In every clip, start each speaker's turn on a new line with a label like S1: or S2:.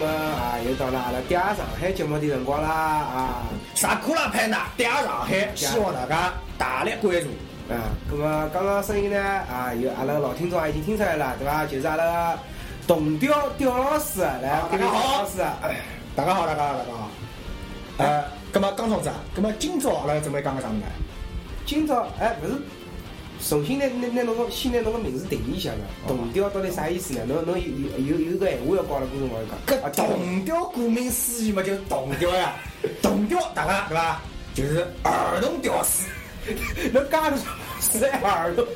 S1: 啊嗲上海节目的辰光啦啊
S2: 啥苦辣拍哪嗲上海，希望大家大力关注。
S1: 啊，那么刚刚声音呢啊，有阿拉老听众也已经听出来了，对伐？就是阿拉董调调老师啊来，
S2: 啊大家好
S1: 老师，哎
S2: 大家好，大家好，大家好。呃，葛么刚从子啊，葛么今朝阿拉准备讲个啥物事呢？
S1: 今朝哎不是。重新拿拿拿侬个先拿侬个名字定义一下呢，
S2: 哦
S1: 董调到底啥意思呢？侬侬有有有有个闲话要告阿拉观众朋友讲，
S2: 搿
S1: 啊，懂
S2: 同调顾名思义嘛，就是同调 呀。同调大家对伐？就是儿童屌丝。
S1: 侬加入是在耳朵，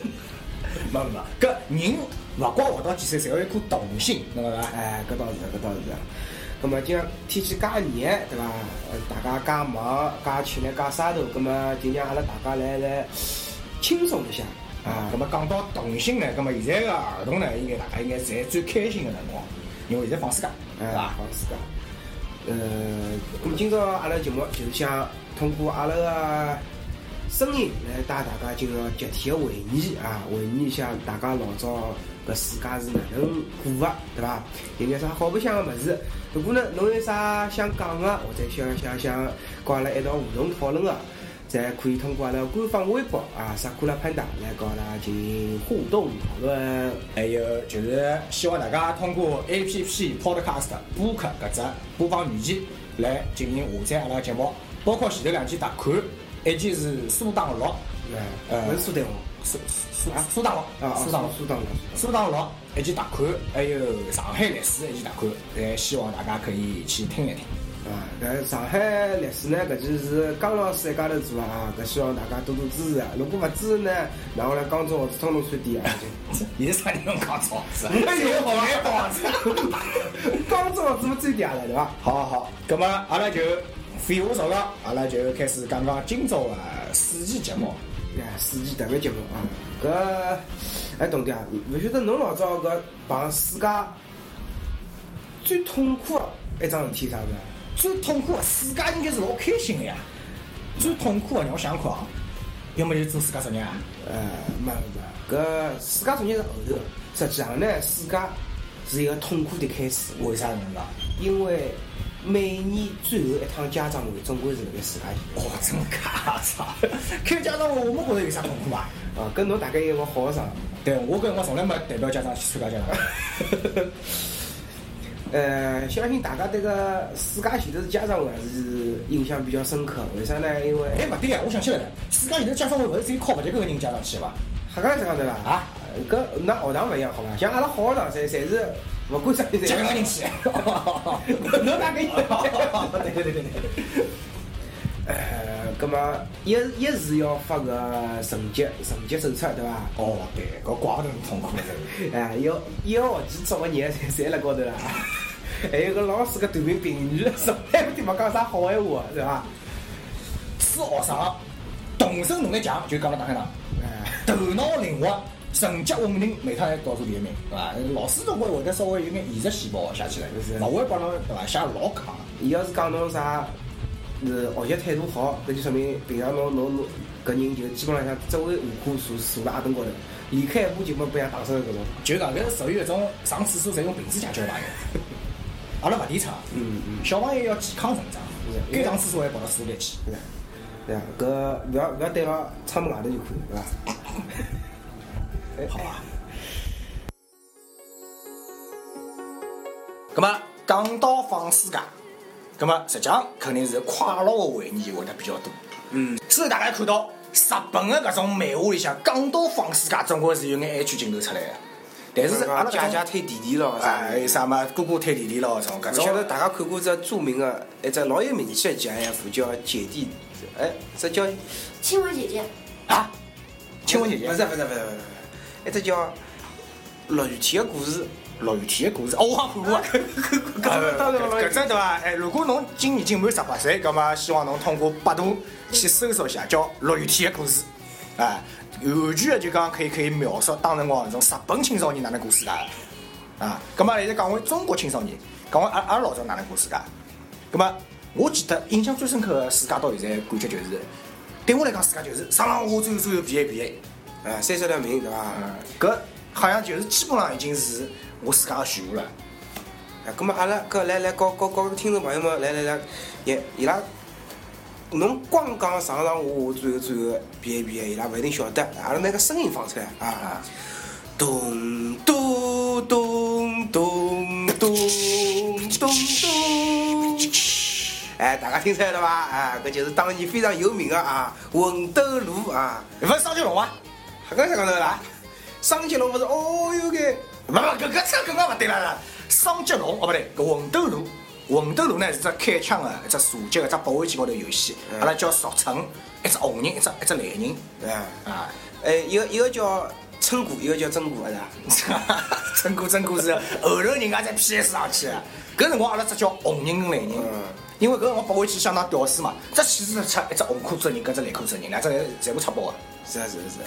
S2: 没没没，搿人勿管活到几岁，侪要有一颗童心，侬晓得伐？
S1: 哎，搿倒是，搿倒是。葛末今天气介热，对伐？呃大家介忙、介吃力、介沙头，葛末就让阿拉大家来来轻松一下
S2: 啊
S1: 啊，
S2: 咁。么讲到童心呢，咁么啊现在个儿童呢，应该大家应该侪最开心个辰光，因为现在放暑假，对
S1: 哎，
S2: 伐
S1: 好？自家。呃，葛末今朝阿拉节目就是想通过阿拉个声音来带大家就要集体个回忆啊，回忆一下大家老早搿暑假是哪能过个，对伐？有眼啥好白相个物事？如果呢，侬有啥想讲个，或者想想想跟阿拉一道互动讨论个，侪可以通过阿拉官方微博啊“萨库拉潘达”来跟阿拉进行互动讨论。呃
S2: 还有就是希望大家通过 A P P Podcast 播客搿只播放软件来进行下载阿拉节目，包括前头两期特款，一期是苏打绿，
S1: 哎，
S2: 呃
S1: 勿是苏丹红
S2: 苏苏苏打绿，
S1: 啊，
S2: 苏打绿。
S1: 苏丹红。
S2: 苏打绿一期特款，还有上海历史一期特款，也希望大家可以去听一听。
S1: 啊，搿上海历史呢，搿就是江老师一家头做啊，搿希望大家多多支持啊。如果勿支持呢，那我来江中学子通通算低啊。
S2: 现在啥人用讲草子？
S1: 我有
S2: 好来房子。
S1: 江中学子么最低啊了，对伐？
S2: 好好好，咁么阿拉就废话少讲，阿拉就开始讲讲今朝个暑期节目。
S1: 哎，暑期特别节目啊，搿哎，董弟啊，勿晓得侬老早搿碰世界最痛苦的一桩事体是啥物事啊？
S2: 最痛苦个暑假应该是老开心个呀，最痛苦个让我想想看啊，要么就是做暑假作业啊，
S1: 呃，没没，搿世界作业是后头的，实际上呢，世界是一个痛苦的开始。
S2: 为啥侬啦？
S1: 因为每年最后一趟家长会总归是辣盖自家里。
S2: 哦，真卡操！开家长会我没觉着有啥痛苦啊。
S1: 啊，跟侬大概有个好学生，
S2: 对，我搿辰光从来没代表家长去参加家长会。
S1: 呃，相信大家对个暑假前头是家长会还是印象比较深刻。为啥呢？因为
S2: 哎，勿对呀，我想起来了，暑假现在家长会勿是只有靠勿及格个人家长去伐？
S1: 瞎讲是讲对伐？
S2: 啊，
S1: 搿那学堂勿一样好伐？像阿拉好学堂，侪侪是勿管啥人
S2: 及格个
S1: 侪。
S2: 人去。
S1: 侬哪个意思？
S2: 对对对对对。
S1: 呃，葛么一一是要发个成绩成绩手册对伐？
S2: 哦，对，搿怪勿得侬痛苦了。
S1: 哎，一一个学期作个 业侪侪辣高头啦，还有个老师个短命评语，从来没地方讲啥好闲话，对伐？
S2: 是学生，动手能力强，就讲了打开堂，
S1: 哎，
S2: 头脑灵活，成绩稳定，每趟还倒数第一名，对伐？老师总归会得稍微有眼艺术细胞写起来
S1: 是，
S2: 勿会帮侬对伐？写老卡。
S1: 伊要是讲侬啥，呃，学习态度好，搿就说明平常侬侬侬搿人就基本浪向只会五科坐坐辣阿凳高头，离开一步就没被人打手的搿种。
S2: 就讲搿是属于一种上厕所侪用瓶子解决的朋友，阿拉勿提倡。
S1: 嗯嗯，
S2: 小朋友要健康成长
S1: 是，
S2: 该上厕所还跑到厕所里去。
S1: 对伐？对伐？哎搿勿要勿要对牢窗门外头就可以，对伐？
S2: 好吧。咁么讲到放暑假，咁么实际上肯定是快乐个回忆会得比较多。嗯，所以大家看到日本个搿种漫画里向，讲到放暑假，总归是有眼哀剧镜头出来个。但是阿拉
S1: 姐姐
S2: 家
S1: 推弟弟咯啥
S2: 哎，啥嘛，哥哥推弟弟咯，种搿
S1: 勿晓得
S2: 种。
S1: 大家看过只著名的一只老有名气的哎 GIF 叫《姐弟》，哎，这叫
S3: 亲我姐姐，
S2: 啊，亲我姐
S1: 勿
S2: 姐，
S1: 是勿是勿是勿是，一只叫落雨天的故事。
S2: 落雨天个故事，哦，我好像看过啊。
S1: 搿当然勿
S2: 搿只对伐？哎，如果侬今年已经满十八岁，葛末希望侬通过百度去搜索一下叫《落雨天的故事》，哎，完全的就讲可以可以描述当辰光那种日本青少年哪能过世界的，啊，葛末现在讲回中国青少年，讲回阿阿拉老早哪能过世界，葛末我记得印象最深刻的暑假到现在感觉就是，对我来讲暑假就是上上下下最后最后毕业毕业，
S1: 啊，三十条命对伐？
S2: 搿好像就是基本上已经是我自家的全部了。
S1: 啊，咁么阿拉搿来来告告告听众朋友们，来来来，也伊拉，侬光讲上上下下最后最后变一变，伊拉勿一定晓得，阿拉拿个声音放出来啊，咚咚咚咚咚咚咚，哎，大家听出来了伐？啊，搿就是当年非常有名个啊，魂斗罗啊，
S2: 勿是双截龙啊？
S1: 搿啥讲头啦？双截龙勿是哦哟个。
S2: 勿勿，搿搿这更加勿对啦啦！双截龙哦，勿对，搿魂斗罗，魂斗罗呢是只开枪的，一只射击的，一只保卫机高头游戏，
S1: 嗯
S2: 阿拉叫俗称，一只红人，一只一只蓝人，
S1: 啊，
S2: 啊，
S1: 呃，一个一个叫称骨，一个叫真骨，是吧？
S2: 真哥真哥是后头人家才 PS 上去的，搿辰光阿拉只叫红人跟蓝人
S1: 嗯，
S2: 因为搿辰光保卫机相当屌丝嘛，只旗帜出一只红裤子的人跟一只蓝裤子的人，两只侪全部出包的。
S1: 是啊，是啊，是啊。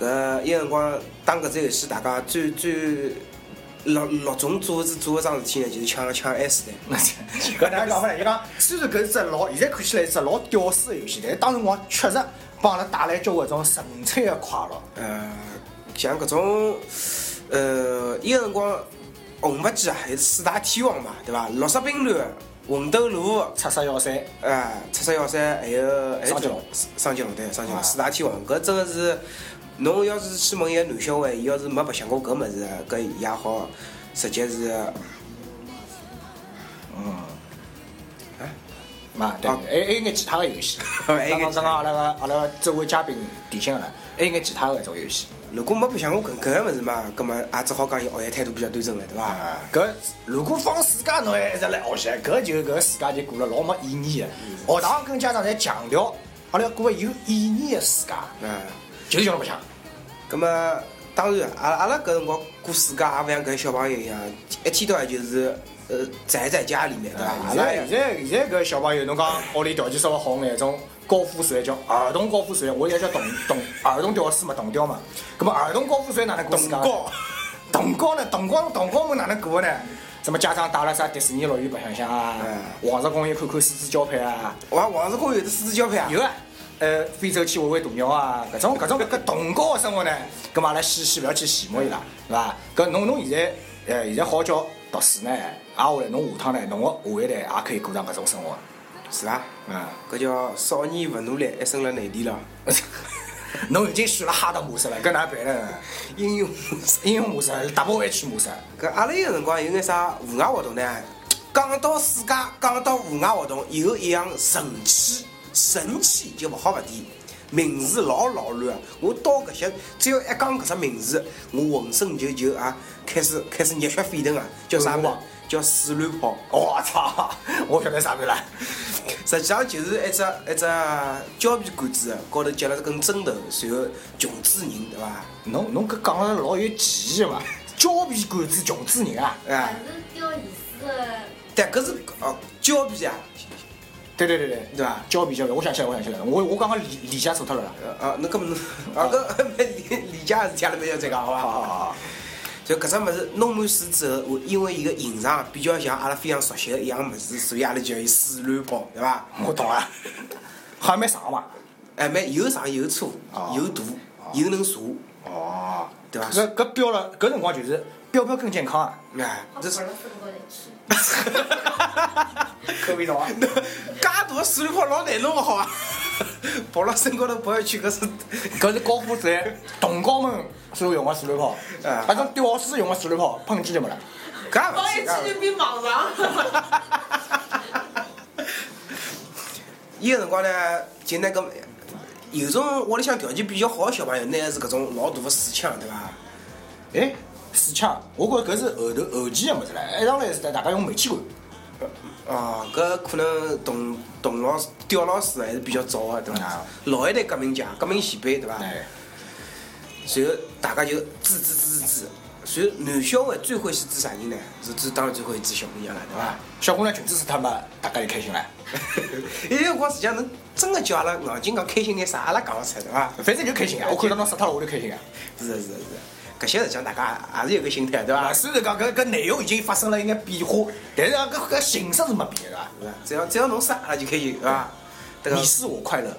S1: 搿一辰光打搿只游戏，大家最最老老总做是做搿桩事体呢，就是抢抢 S 的。
S2: 那这搿哪能讲法呢？伊讲虽然搿是只老，现在看起来是只老屌丝的游戏，但是当时光确实帮阿拉带来交关种纯粹的快乐。
S1: 呃，像搿种，呃，一辰光红白机啊，还是四大天王嘛，对伐？绿色兵团、魂斗罗。
S2: 七杀幺三，
S1: 啊，七杀幺三，还有还有
S2: 双截龙
S1: 双截龙对，双截
S2: 啊
S1: 龙四大天王，搿真个是，侬要是去问一个男小孩，伊要是没白相过搿物事，搿也好，直接是，
S2: 嘛对，
S1: 啊
S2: 还还有眼其他的游戏。
S1: 还有
S2: 刚
S1: 眼
S2: 刚
S1: 其
S2: 刚刚阿拉个阿拉个周位嘉宾提醒了，还有眼其他的种游戏。
S1: 如果没白相过搿搿个物事嘛，葛末也只好讲伊学习态度比较端正了，对伐？
S2: 啊，搿如果放暑假侬还一直来学习，搿就搿暑假就过了老没意义的。学堂跟家长侪强调，阿拉要过个有意义的暑假，
S1: 嗯，
S2: 就是叫侬白相。
S1: 葛末当然，阿拉阿拉搿辰光过暑假也勿像搿小朋友一样，一天到晚就是呃宅在家里面，对伐？阿
S2: 现
S1: 拉
S2: 在现在现在搿小朋友，侬讲屋里条件稍微好眼，种高富帅叫儿童高富帅，我现在叫童童儿童屌丝嘛，童屌嘛。葛么儿童高富帅哪能过自家？
S1: 童高，
S2: 童高呢？童高童高们哪能过呢？什么家长带了啥迪士尼乐园白相相啊
S1: 嗯，
S2: 黄石公园看看狮子交配啊，
S1: 王王志公有的狮子交配啊，
S2: 有啊。呃，非洲去喂喂大鸟啊，搿种搿种搿同高的生活呢，搿嘛阿拉先先勿要去羡慕伊拉，对伐？搿侬侬现在呃现在好叫读书呢，挨下来侬下趟呢，侬个下一代也可以过上搿种生活。
S1: 是伐？
S2: 啊，
S1: 搿叫少年勿努力，还生辣内地 了。
S2: 侬已经选了哈德模式了，搿哪办呢？
S1: 应用。
S2: 应用模式，W H 模式，
S1: 搿阿拉有辰光有眼啥户外活动呢？讲到暑假，讲到户外活动，有一样神器，神器就勿好勿提，名字老老乱。我到搿些，只要一讲搿只名字，我浑身就就啊，开始开始热血沸腾啊！叫啥
S2: 有
S1: 物
S2: 吗？
S1: 叫水卵炮。
S2: 我操！我晓得啥物事了，
S1: 实际上就是一只一只胶皮管子，高头结了根针头，然后穷子人，对伐？
S2: 侬侬搿讲了老有歧义嘛？胶皮管子穷子人啊！
S1: 哎，
S3: 反正钓鱼丝的，
S1: 但搿是哦胶皮啊，
S2: 对对对对，
S1: 对伐？
S2: 胶皮胶皮，我想起来，我想起来了，我我刚刚理理解错脱了啦。
S1: 呃啊，侬搿么侬啊搿理理解事体阿拉勿要再讲好伐？
S2: 好好好，
S1: 啊就搿只物事弄满水之后，我因为伊个形状比较像阿拉非常熟悉的一样物事，所以阿拉叫伊水卵泡，对伐？
S2: 我懂了，好像蛮长嘛。
S1: 哎，蛮又长又粗
S2: 哦，
S1: 又大，又能射，
S2: 哦，
S1: 对伐
S2: 搿搿标了，搿辰光就是标标更健康啊。
S1: 哎，
S3: 他
S1: 这
S3: 本
S1: 是
S3: 了四个高头去。
S2: 可味道啊！
S1: 介大个水卵泡老难弄个好伐？ 跑到身高头跑下去，搿是
S2: 搿是高富帅同胞们所用的手榴炮，
S1: 哎
S2: 反正屌丝用的手榴炮，喷机就没了。
S1: 搿也勿是。
S3: 变网上。
S1: 伊个辰光呢，就拿搿有种屋里向条件比较好个小朋友，拿的是搿种老大个水枪，对伐？
S2: 哎，水枪，我觉着搿是后头后期的物事了，一上来是大家用煤气罐，
S1: 哦，搿可能董董老师、刁老师还是比较早个，对伐
S2: 啊？
S1: 老一代革命家、革命前辈，对伐？
S2: 哎，
S1: 然后大家就支支支支支，然后男小孩最欢喜支啥人呢？是支当然最欢喜支小姑娘了，对
S2: 对伐？小姑娘裙子湿脱嘛，大家就开心了。
S1: 伐？ 有辰光实际上侬真个叫阿拉硬劲讲开心眼啥，阿拉讲勿出，对伐？
S2: 反正就开心啊！我看到侬湿脱了，我就开心啊！
S1: 是的是的是的，搿些实际上大家也是有个心态，对伐
S2: 啊，？虽然讲搿搿内容已经发生了一眼变化，但是啊搿搿形式是没变的，
S1: 是吧只要只要侬杀，阿拉就开心，对伐？
S2: 对
S1: 对个
S2: 伐？你，死我快乐，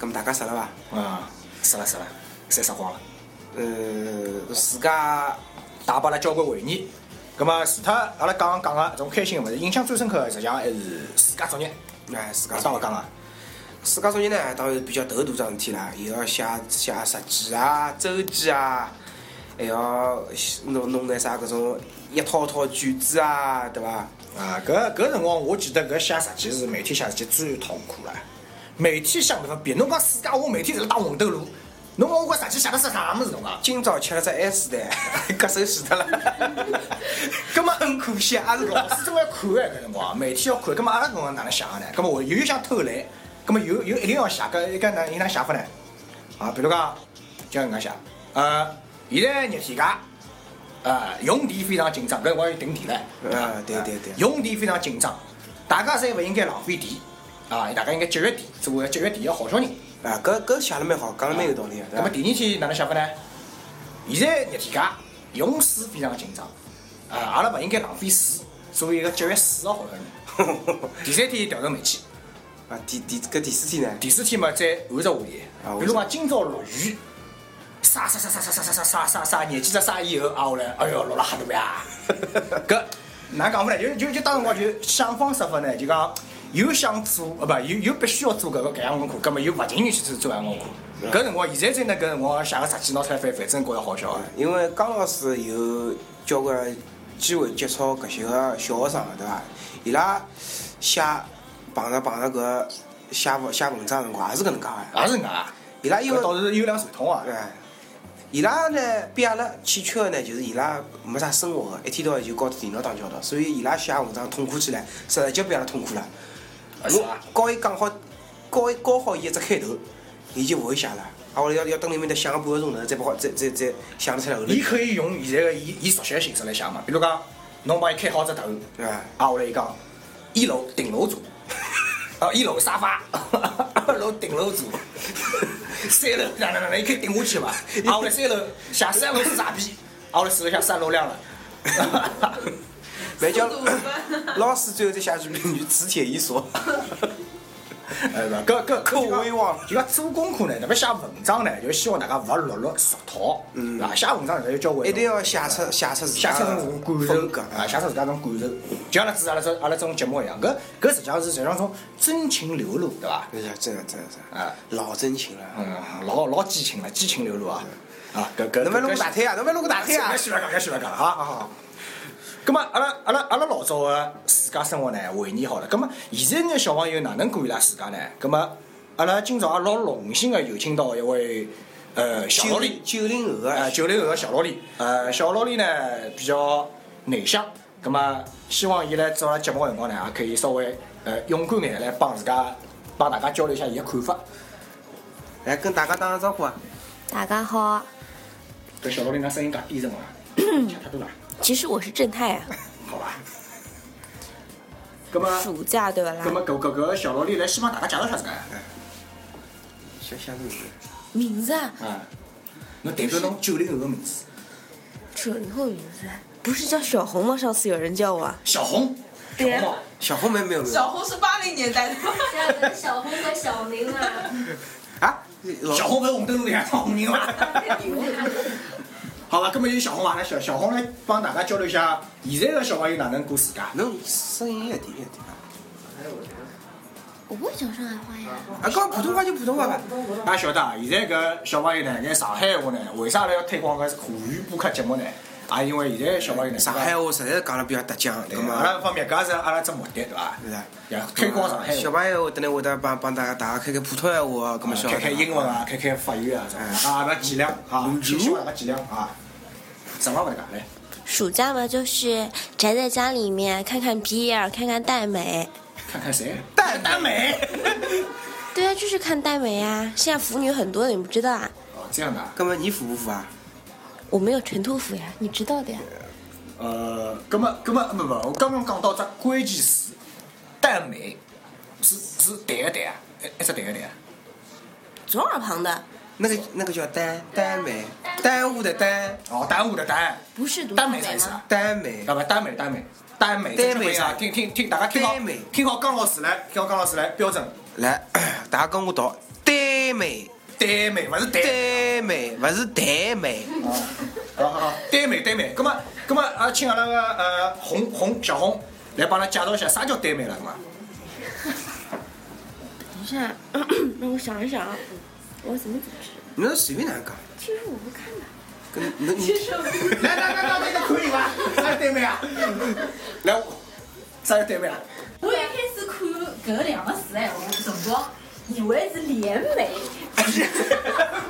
S1: 搿么大家杀了伐？
S2: 啊，湿了湿了，侪湿光了，
S1: 呃，自家
S2: 带拨了交关回忆，咁么，除脱阿拉刚刚讲个种开心个物事，印象最深刻个实际上还是自家作业，
S1: 哎，自
S2: 有
S1: 家
S2: 啥勿
S1: 作
S2: 讲啊？
S1: 自家作业呢，当然比较头大桩事体啦，又要写写日记啊、周记啊，还要弄弄眼啥搿种一套套卷子啊，对伐？
S2: 啊，搿搿辰光我记得搿写日记是每天写日记最痛苦了，每天写没法比。侬讲暑假我每天侪辣打红豆露，侬讲我搿日记写得是啥物事侬讲？
S1: 今朝吃了只 S 蛋， 搿手死脱了，
S2: 葛么
S1: 很可惜，也是老
S2: 老师总要看个搿辰光，每天要看。葛么阿拉搿辰光哪能写个呢？葛么我有一想偷懒，葛么有有一定要写搿一个哪有哪写法呢？啊，比如讲，就搿能介写，呃，现在热天噶，呃，用电非常紧张，搿辰光要停电了。
S1: 啊对对对
S2: 用电非常紧张，大家侪勿应该浪费电，啊，大家应该节约电，作为节约电个好小人。
S1: 啊，搿搿写了蛮好，讲了蛮有道理
S2: 那么
S1: 个，对伐？
S2: 第二天哪能想法呢？现在热天家用水非常紧张，啊，阿拉勿应该浪费水，作为一个节约水的好人。第三天调整煤气，
S1: 啊，第第搿第四天呢？
S2: 第四天嘛再按照话题
S1: 啊，
S2: 比如讲今朝落雨，啥啥啥啥啥啥啥啥啥啥啥热几只啥以后啊，后来哎哟落了哈大呀，搿哪讲法呢？就就就当辰光就想方设法呢，就讲有想做啊不有有必须要做搿个搿样功课，葛末又勿情愿去做做搿样功课。搿辰光现在再拿搿辰光写个日记拿出来翻翻，真觉着好笑啊！
S1: 因为江老师有交关机会接触搿些个小学生，对伐？伊拉写碰着碰着搿写文写文章的辰光也是搿能介个，
S2: 也是搿能啊，
S1: 伊拉因
S2: 搿
S1: 为
S2: 倒是优良传统啊。
S1: 哎，伊拉呢比阿拉欠缺个呢，就是伊拉没啥生活个，一天到晚就搞电脑打交道，所以伊拉写文章痛苦起来，直接比阿拉痛苦了。
S2: 啊是
S1: 我
S2: 啊，
S1: 教伊讲好，教伊教好伊一只开头，伊就勿会写了。啊，我要要等里面头想个半个钟头，再不好再再再想得出来后头
S2: 伊。可以用现在个伊伊熟悉个形式来写嘛，比如讲侬帮伊开好只头，
S1: 对伐？
S2: 啊，后来伊讲一楼顶楼组， 啊，一楼沙发， 二楼顶楼组，三楼哪哪哪哪，伊可以顶下 去伐？啊，后来三楼下三楼是傻逼，啊，后来四楼下三楼亮了。
S1: 别叫
S3: 速度慢
S1: 老师最后再下句评语：此帖已所。
S2: 哎，勿，搿搿
S1: 扣
S2: 就讲
S1: 威望
S2: 就讲做功课呢，特别写文章呢，就希望大家勿要落落俗套，嗯，啊，写文章呢就交关
S1: 一定要写出写出自
S2: 写
S1: 家
S2: 出
S1: 的
S2: 种感
S1: 风
S2: 受
S1: 格
S2: 啊，写出自家种感受，就像阿拉子阿拉这阿拉这种节目一样，搿搿实际上是实际上种真情流露，对伐？
S1: 哎呀，真的真的真的
S2: 啊，
S1: 老真情了。
S2: 嗯，老老激情了，激情流露啊！啊，搿搿
S1: 能不能弄个大腿啊？能不能弄个大腿啊
S2: 搿？喜欢讲，搿喜欢讲哈。好好。咁么，阿拉阿拉阿拉老早个自家生活呢，回忆好了。咁么，现在眼小朋友哪能过伊拉自家呢？咁么，阿拉今朝也老荣幸个有请到一位呃小
S1: 九
S2: 萝莉
S1: 零，九零后
S2: 呃
S1: 的，
S2: 九零后个小萝莉。呃，小萝莉呢比较内向，咁么希望伊来做阿拉节目个辰光呢，也可以稍微呃勇敢眼来帮自家帮大家交流一下伊个看法。
S1: 来跟大家打声招呼啊！
S4: 大家好，
S2: 搿小萝莉那声音介 低沉啊，吃太多了，
S4: 其实我是正太啊，
S2: 好吧？葛么，
S4: 暑假对吧
S2: 葛
S4: 啦？
S2: 么搿搿个小萝莉来先帮大家介绍一下自家呀。
S1: 想想你，
S4: 名字啊，
S2: 啊，侬代表侬九零后个名字，
S4: 九零后名字啊，不是叫小红吗？上次有人叫我啊，
S2: 小红，小
S3: 对啊
S2: 红帽，
S1: 小红妹没有没有
S5: 小红是八零年代的吗？
S3: 这样子小红和小明啊，
S1: 啊？老
S2: 小红勿是红灯笼里向唱红 人伐？好吧，葛么有小红伐？啊那小小红来帮大家交流一下，现在个小朋友哪能过自家？
S1: 侬声音一点一点啊！
S4: 我不会讲上海话呀。
S1: 啊，讲普通话就普通话吧。
S2: 大家晓得啊，现在搿小朋友呢，眼上海话呢，为啥阿拉要推广搿沪语播客节目呢？也因为现在小朋友呢，
S1: 上海话实在是讲了比较得劲，
S2: 对
S1: 咁
S2: 嘛，阿拉
S1: 嘛，
S2: 一哎方面搿也是阿拉只目的，对伐？
S1: 是啊啊
S2: 呀，推广上海
S1: 小
S2: 话，
S1: 朋友等下会得帮帮大家大家开开普通话，咁么晓得
S2: 开开啊英文啊，开开法语啊，这种啊，阿拉体谅啊，先希望大家体谅啊。什么勿得讲嘞？
S4: 暑假嘛，就是宅在家里面看看皮影，看看戴美。
S2: 看看谁？蛋蛋美。
S4: 对啊，就是看戴美啊。现在腐女很多的，你不知道啊？
S2: 哦，这样的啊。
S1: 咁么你服不服啊？
S4: 我没有尘土腐呀，你知道的呀。
S2: 呃，葛么葛么不不，我刚刚讲到只关键词，蛋美，是是蛋个蛋啊，一一只蛋个蛋啊。
S4: 左耳旁的，
S1: 那个那个叫丹丹美，耽误的耽，
S2: 哦，耽误的耽，
S4: 不是读
S2: 耽美啥意思啊？？
S1: 耽美。
S2: 啊不，耽美耽美耽美，
S1: 耽美
S2: 这句话啊
S1: 啥，
S2: 听听听，大家听好
S1: 耽美，
S2: 听好江老师来，听好江老师来标准，
S1: 来，大家跟我读，耽美，
S2: 耽美勿是蛋。
S1: 耽美，勿是耽美。
S2: 啊，啊啊，耽美耽美，葛末葛末啊，请阿拉个呃红红小红来帮阿拉介绍一下啥叫耽美了嘛？
S4: 等一下，啊 让我想一想，啊，我怎么组织？
S1: 侬随便哪能讲，
S4: 其实我不看的。
S1: 跟侬你
S2: 来来来来，这个可以伐？啥叫耽美啊？来，啥叫耽美啊？
S5: 我一开始看搿两个字哎，我辰
S6: 啊
S5: 光 以为是联美，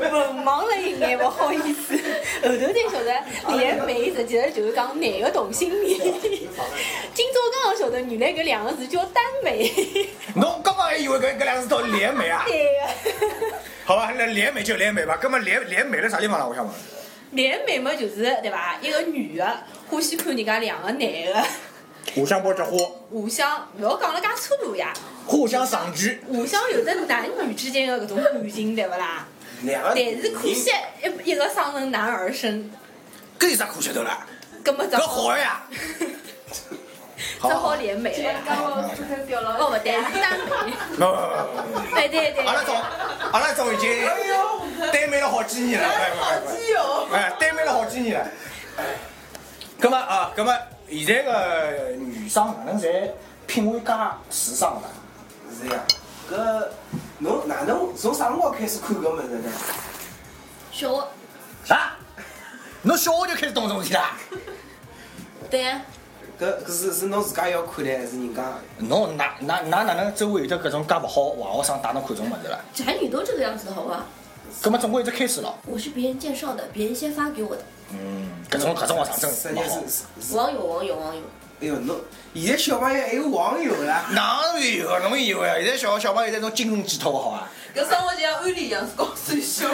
S6: 文盲了一眼，勿好意思。后头才晓得，连美实际上就是讲男个同性恋。今朝刚刚晓得，原来搿两个字叫耽美。
S2: 侬刚刚还以为搿搿两个字叫联美啊？
S6: 对个，
S2: 好吧，那联美就联美吧。啊葛末联联美了啥地方了？我想问。
S6: 连美嘛就是对伐？一个女个欢喜看人家两个男个
S2: 互相包着花，
S6: 互相勿要讲了介粗鲁呀，
S2: 互相赏菊。
S6: 互相有得男女之间个搿种感情对勿啦？
S1: 两
S2: 哎
S1: 个
S6: 但是可惜一一个生成男儿身，
S2: 搿有啥可惜头啦？
S6: 搿么只
S2: 搿好 了呀。
S6: 只好连美了呀。
S3: 刚刚我不是表了
S6: 哦，勿对，是耽美。
S2: 不不不不不
S6: 对对对
S2: 阿，拉总，阿拉总已经单妹了好几年了，好基友，哎，单妹了好几年了。葛么啊，葛么现在个女生哪能侪品味介时尚了？
S1: 是呀，搿侬哪能从啥辰光开始看搿物事呢？
S4: 小我，
S2: 啊？侬小学就开始懂这种事体啦？
S4: 对啊呀、
S1: 搿搿是是侬自家要看呢，还是人家？
S2: 侬哪哪哪哪能周围有得搿种介勿好坏学生带侬看种物事啦？
S4: 宅女都这个样子的好吧？
S2: 葛么总归有只开始了。
S4: 我是别人介绍的，别人先发给我的。
S2: 嗯，搿种搿种学生
S1: 实
S2: 真勿
S1: 际是。
S2: 好
S1: 是是，
S4: 网友，网友，网友。
S1: 哎哟侬现在小朋友还有网友啦？
S2: 哪能有？侬以为啊？现在小小朋友在种精神寄托勿好啊？
S5: 搿生活就像安利一样，是光算小。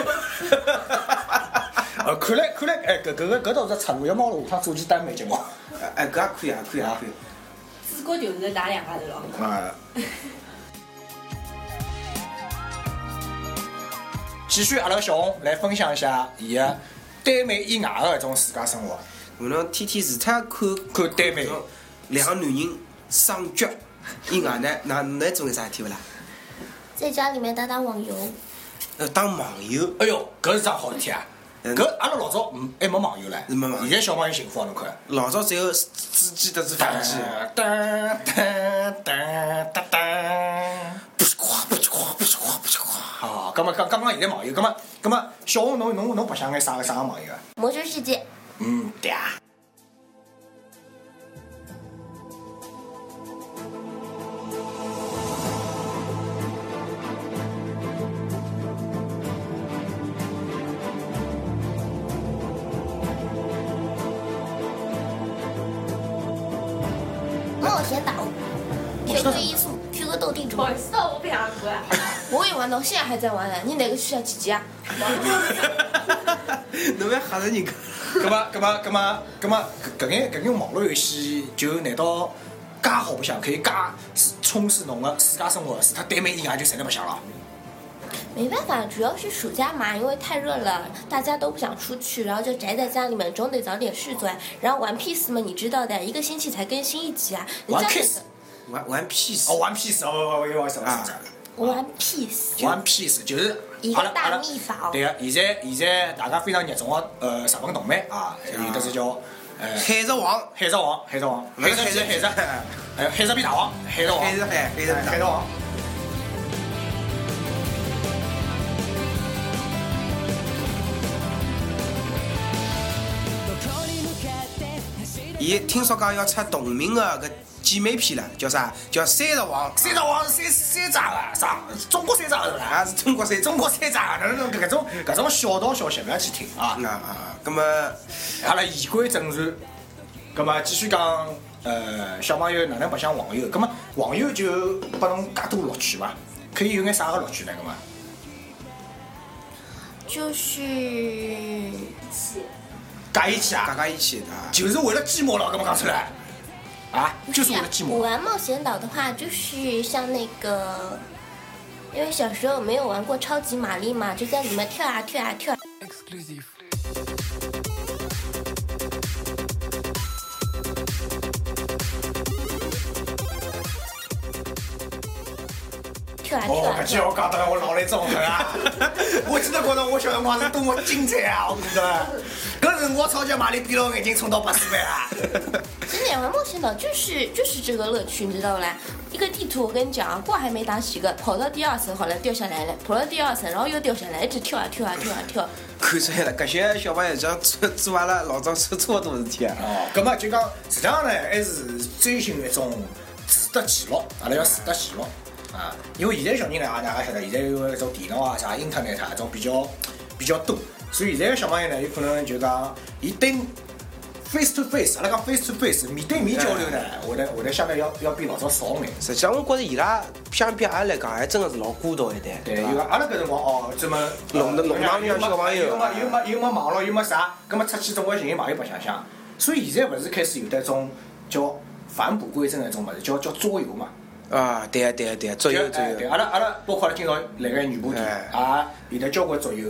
S2: 呃，看来看来，哎，搿搿个搿倒是出路，要么我下趟做期耽美节目。
S1: 哎，搿也可以啊，可以啊，可以。
S6: 主角就是㑚两家头咯。
S2: 啊。继续，阿拉小红来分享一下伊个耽美以外的一种自家生活，
S1: 我侬天天除脱看
S2: 看耽美。
S1: 种两个男人双 脚以外呢，那侬还做眼啥事体勿啦？
S4: 在家里面打打网游，
S1: 要呃当网友，
S2: 哎哟，搿是桩好事体啊！
S1: 嗯
S2: 搿阿拉老早嗯还没网友唻，
S1: 没网友
S2: 现在小朋友幸福啊，侬看。
S1: 老早只有主机得是反机，
S2: 哒哒哒哒哒，不是夸，不是夸，不是夸，不是夸。啊，葛末刚刚刚现在网友，葛末葛末小红侬侬侬白相眼啥个啥个网友啊？
S4: 魔兽世界。
S2: 嗯，对啊。
S4: 冒险岛，学个音速，学个斗地主
S5: 不，好意思啊，我不想过啊。
S4: 我也玩到，现在还在玩呢。你哪个需要几级啊？
S1: 侬要吓着人家。
S2: 咁么，咁么，咁么，咁么，搿搿眼搿眼网络游戏就难道介好白相，可以介充实侬个自家生活，除脱对面以外就侪能白相了？
S4: 没办法，主要是暑假嘛，因为太热了，大家都不想出去，然后就宅在家里面，总得找点事做呀。然后玩 PS 嘛，你知道的，一个星期才更新一集啊。你这
S2: 玩
S4: 样
S2: Kiss
S4: 子，
S1: 玩玩 P
S2: 哦，玩 Piece，哦哦哦，又玩什么？
S4: 玩 PS，
S2: 玩 Piece 就是
S4: 一个
S2: 阿拉
S4: 大
S2: 阿拉
S4: 秘法哦
S2: 对啊个，现在现在大家非常热衷个呃日本动漫啊，
S4: 哎
S2: 有的是叫呃
S1: 海贼王，
S2: 海贼王，海贼王，
S1: 不是
S2: 海贼海
S1: 海
S2: 贼
S1: 贼，
S2: 还有海贼比大王，海贼王，
S1: 海贼海海贼
S2: 海贼王。
S1: 伊听说讲要出同名的搿姐妹篇了，叫啥？叫《三十王》。
S2: 三只王是三三只啊，啥？中国三只是吧？
S1: 啊，是中国三嗯
S2: 中国三只啊，哪能搿种搿种小道消息勿要去听啊
S1: 啊！啊啊！咁么，
S2: 阿拉言归正传，葛末继续讲呃小朋友哪能白相网游？葛末网游就拨侬介多乐趣伐？可以有眼啥个乐趣呢？葛末
S4: 就是
S2: 加一起
S1: 大
S2: 啊，
S1: 家一起啊，
S2: 就是为了寂寞了，搿么讲出来啊，就是为了寂
S4: 我
S2: 寞。
S4: 玩冒险岛的话，就是像那个，因为小时候没有玩过超级玛丽嘛，就在里面跳啊跳啊跳啊。exclusive。是伐？是
S2: 哦，
S4: 伐？
S2: 搿句我讲到我老泪纵横啊！我记得觉着我小辰光是多么精彩啊！我觉得，搿辰光超级玛丽闭牢眼睛冲到八十万啊！
S4: 其实《野外冒险岛》就是就是这个乐趣，你知道啦？一个地图我跟你讲，挂还没打几个，跑到第二层好了，掉下来了，跑到第二层，然后又掉下来，一直跳啊跳啊跳啊跳。
S1: 看出来了，搿些小朋友讲做 做完了老早做这么多事体啊！
S2: 哦，葛末就讲，实际上呢，还是追寻一种自得其乐，阿拉要自得其乐啊。因为现在小人呢，啊大家晓得，现在有一种电脑啊、啥 internet 啊，这种比较比较多，所以现在的小朋友呢，有可能就讲，伊对 face to face，阿拉讲 face to face，面对面交流呢，会得会得相对要要比老早少眼。
S1: 实际上，我觉着伊拉相比阿拉来讲，还真的是老孤独一代，
S2: 对，
S1: 吧
S2: 有个阿拉搿辰光哦，这么
S1: 弄得弄堂里向小朋友
S2: 又没又没又没网络，又没啥，葛末出去总归寻寻朋友白相相。所以现在勿是开始有得一种叫返璞归真的一种物事，叫叫桌游嘛。
S1: 啊，对啊，对啊，对啊，左右
S2: 就
S1: 左
S2: 哎对，
S1: 右，
S2: 阿拉阿拉包括阿拉今朝辣盖女仆店
S1: 哎
S2: 啊，有得交关桌游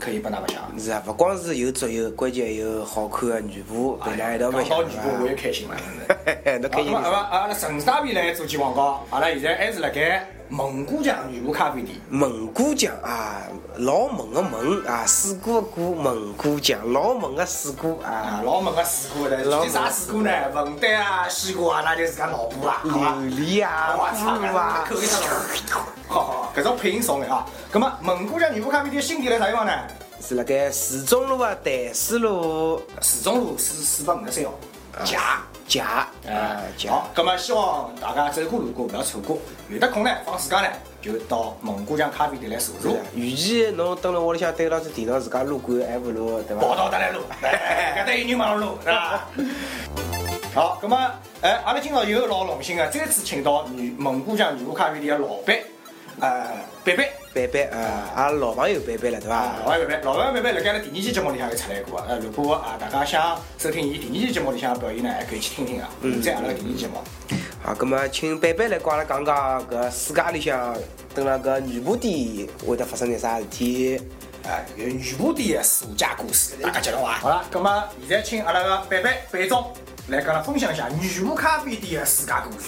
S2: 可以拨㑚白相。
S1: 是啊，勿光是有左右，关键还有好看的女仆陪
S2: 哎
S1: 㑚一道啊白
S2: 讲到
S1: 相
S2: 女仆我也开心了。
S1: 嘿嘿，侬
S2: 啊，
S1: 开
S2: 那
S1: 心
S2: 么阿
S1: 点
S2: 拉阿拉陈大便来做起广告，阿拉现在还是辣盖蒙古墙女仆咖啡店。
S1: 蒙古酱啊，老猛个猛啊，水果的果，蒙古酱，老猛个水果
S2: 啊
S1: 啊，，
S2: 老猛个水果的，具
S1: 老
S2: 体啥水果呢？文旦啊、西瓜啊，那就自家脑补啊，
S1: 嗯
S2: 好吧？
S1: 榴莲啊，
S2: 我操，
S1: 葫芦啊
S2: 口，味上好好，搿种配音爽眼啊。葛末蒙古家女仆咖啡店新店辣啥地方呢？
S1: 是辣盖市中路啊，淡水路
S2: 市中路四四百五十三号，甲。哎
S1: 甲啊甲
S2: 好，，葛末希望大家走过路过勿要错过，有得空呢，放暑假呢，就到蒙古江咖啡店来坐
S1: 是
S2: 坐
S1: 啊，与其侬蹲辣屋里向对牢只电脑自家撸管，还不如对
S2: 跑
S1: 伐？
S2: 到搭来录，哎搿搭有人忙录，是吧？好，葛末，哎，阿拉今朝又老荣幸啊，再次请到女蒙古江女巫咖啡店的老板，呃，贝贝，
S1: 拜拜啊，阿拉老朋友拜拜了，对
S2: 啊，老
S1: 伐？
S2: 板贝贝，老板贝贝辣盖阿拉第二期节目里向也出来过啊，呃，如果啊大家想收听伊第二期节目里向的表演呢，还可以去听听啊，在阿拉个第二节目。
S1: 好，啊葛么请拜拜来跟阿拉讲讲搿暑假里向蹲辣搿女仆店会得发生点啥事体？
S2: 啊，有女仆店的暑假故事，大家接龙啊！好了，那么现在请阿拉个贝贝贝总来跟阿拉分享一下女仆咖啡店的暑假故事。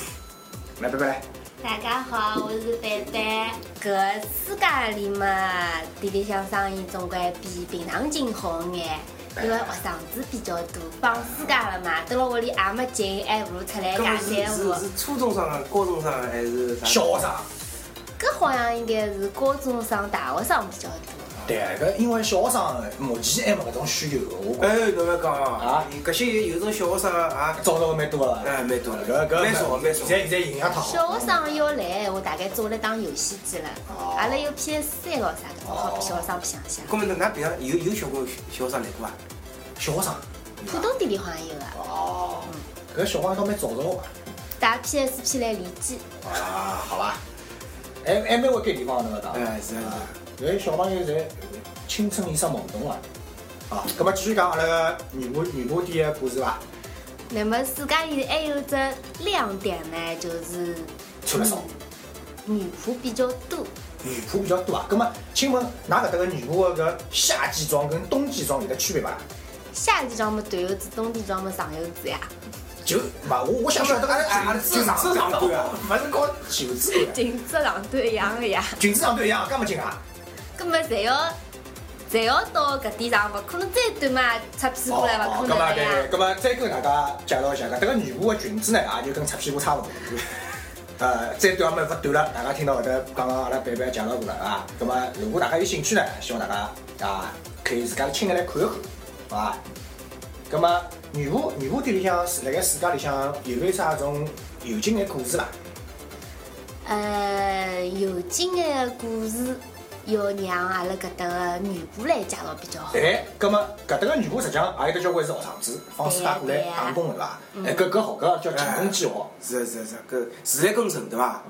S2: 来，贝贝来，
S3: 大家好，我是贝贝。搿暑假里嘛，店里向生意总归比平常情好眼，
S1: 哎
S3: 因为学生子比较多，放暑假了嘛，蹲辣屋里也没劲，还不如出来
S1: 搿
S3: 干
S1: 么是
S3: 点活
S1: 是。是初中生啊、高中生啊还是啥？
S2: 小学生。
S3: 搿好像应该是高中生、大学生比较多。
S2: 对，啊搿因为小学生目前还没搿种需求，我觉着
S1: 哎，侬要讲
S2: 啊
S1: 啊，搿些有有种小学生啊，
S2: 早早蛮多了。
S1: 哎，蛮多
S2: 搿
S1: 了，
S2: 搿
S1: 蛮少蛮少
S2: 现。在现在营养太好。
S3: 小学生要来闲话，大概做了打游戏机了
S2: 哦。
S3: 阿拉有 PS 三咯啥的，我好比小学生白相相。
S1: 搿么侬㑚平常有有小过小学生来过伐？啊
S2: 小学生。
S3: 浦东店里好像有啊，
S2: 哦。搿小学生蛮早熟
S3: 打 PSP 来联机。
S2: 个。啊，好伐？还还蛮会搿地方的，侬讲。
S1: 哎，是啊是啊。
S2: 有些小朋友侪青春意识懵懂了。啊，咁么继续讲阿拉个女仆女仆店的故事伐？
S3: 那么暑假里还有只亮点呢，就是
S2: 穿了少，
S3: 女仆比较多。
S2: 女仆比较多啊。咁么，请问㑚搿搭个女仆个搿夏季装跟冬季装有得区别伐？
S3: 夏季装么短袖子，冬季装么长袖 子呀。
S2: 就嘛，我我想晓得阿拉阿拉
S1: 裙子
S2: 长
S1: 长短啊，
S2: 勿是搞袖子短啊，
S3: 裙子长短一样的呀，
S2: 裙子长短一样，搿么紧啊？
S3: 葛么侪要侪要哦到搿点长，勿可能再短嘛，擦屁股了，勿可
S2: 哦咁么
S3: 能的呀
S2: 对，。咁么啊再跟大家介绍一下，搿搭个女仆个裙子呢，也就跟擦屁股差勿多。呃，再短也没法短了，大家听到后头刚刚阿拉贝贝介绍过了啊。咁么如果大家有兴趣呢，希望大家啊可以自家亲眼来看一看，好伐？啊咁啊么女仆女仆店里向是辣盖世界里向有没有啥种有劲眼故事啦？
S3: 呃，有劲的故事要让阿拉搿搭个女仆来介绍比较好。
S2: 哎，咁么搿搭个女仆实际上也有得交关是学生子，放暑假过来
S3: 对呀嗯
S2: 打工是伐？哎，搿搿好，搿叫勤工俭学。
S1: 是啊是啊是啊，搿时代更正对伐？
S2: 啊，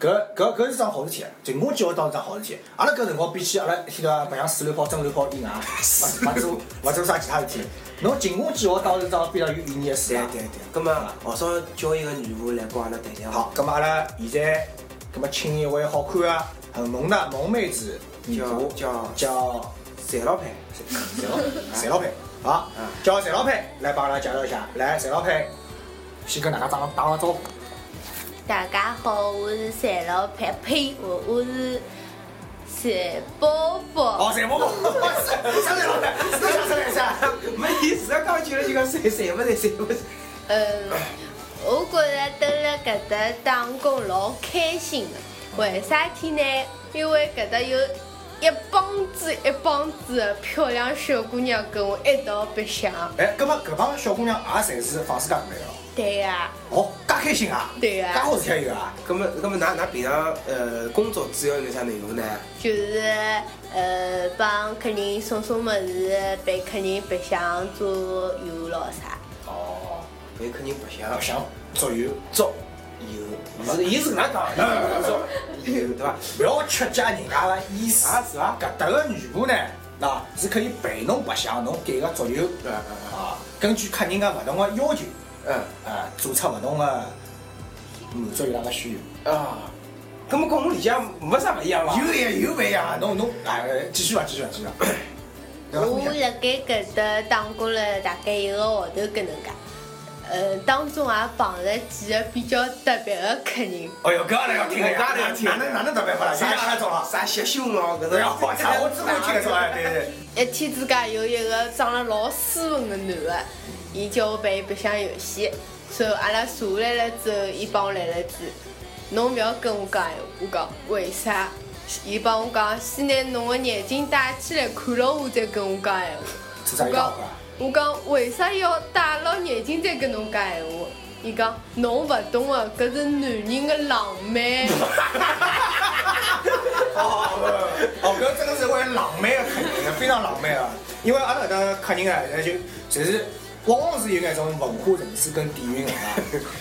S2: 搿搿搿是桩好事体，勤工俭学当是桩好事体。阿拉搿辰光比起阿拉一天到晚白相水乱跑、蒸乱跑以外， 勿勿做勿做啥其他事体。侬勤工俭学当然是桩非常有意义的事
S1: 对
S2: 啊。
S1: 对对，葛么学少叫一个女仆来跟阿拉谈谈好
S2: 好，啊葛末阿拉现在葛末请一位好看啊、很萌的萌妹子女仆，
S1: 叫叫
S2: 叫
S1: 范老板，
S2: 陈老板，好，叫陈老板来帮阿拉介绍一下。来，陈老板，先跟大家打个打个招呼。
S3: 大家好，我是馋老佩佩，我我是馋宝宝。
S2: 哦，谁不 不？啥谁老板？啥啥啥啥？
S1: 没意思，啊刚进来就讲谁谁不谁谁不是。
S3: 嗯，我觉着蹲辣搿搭打工老开心的，为啥体呢？因为搿搭有一帮子一帮子的漂亮小姑娘跟我一道白相。
S2: 哎，搿么搿帮小姑娘也侪是放暑假过来的哦。
S3: 对呀、
S2: 哦，介开心啊！
S3: 对呀
S2: 介好事体也有啊！
S1: 那么，那么，㑚㑚平常呃工作主要有啥内容呢？
S3: 就是呃帮客人送送物事，陪客人白相做油咯啥。
S1: 哦，搿肯定白相
S2: 白相、足球，
S1: 做有，是伊是搿能讲的，做有对伐？
S2: 勿要曲解人家的意思。
S1: 啊是啊
S2: 搿搭个女仆呢，喏是可以陪侬白相，侬点个足球，
S1: 嗯嗯嗯
S2: 啊，根据客人个勿同个要求，
S1: 嗯
S2: 啊，做出勿同个满足伊拉个需求。
S1: 啊，搿么跟我理解没啥勿一样伐？
S2: 有也有勿一样啊，侬侬啊，继续伐，继续伐，继续啊伐。对吧
S3: 我辣盖搿搭打工了大概一个号头搿能介，呃，当中也碰着几个比较特别的客人。
S2: 哎呦，搿阿拉要听个呀，
S1: 搿阿拉要听
S2: 哪能哪能特别法啦？啥阿拉种啊？
S1: 啥血胸哦，搿
S2: 哎
S1: 种
S2: 呀，我操！我只会听搿种啊，对对对。
S3: 一天之间有一个长了老斯文的男的，伊叫我陪伊白相游戏，所以阿拉坐下来了之后，伊帮我来了一句：“侬勿要跟我讲闲话。”我讲为啥？伊帮我讲，先拿侬个眼睛戴起来看牢我，再跟我讲闲话。
S2: 做啥要
S3: 我
S2: 啊
S3: 讲
S2: 讲话？，
S3: 我讲为啥要戴牢眼镜再跟侬讲闲话？伊讲侬勿懂啊，搿是男人的浪漫。
S2: 哦，搿真的是位浪漫的客人，非常浪漫啊！因为阿拉搿搭客人啊，就就是往往是有眼种文化层次跟底蕴的啊，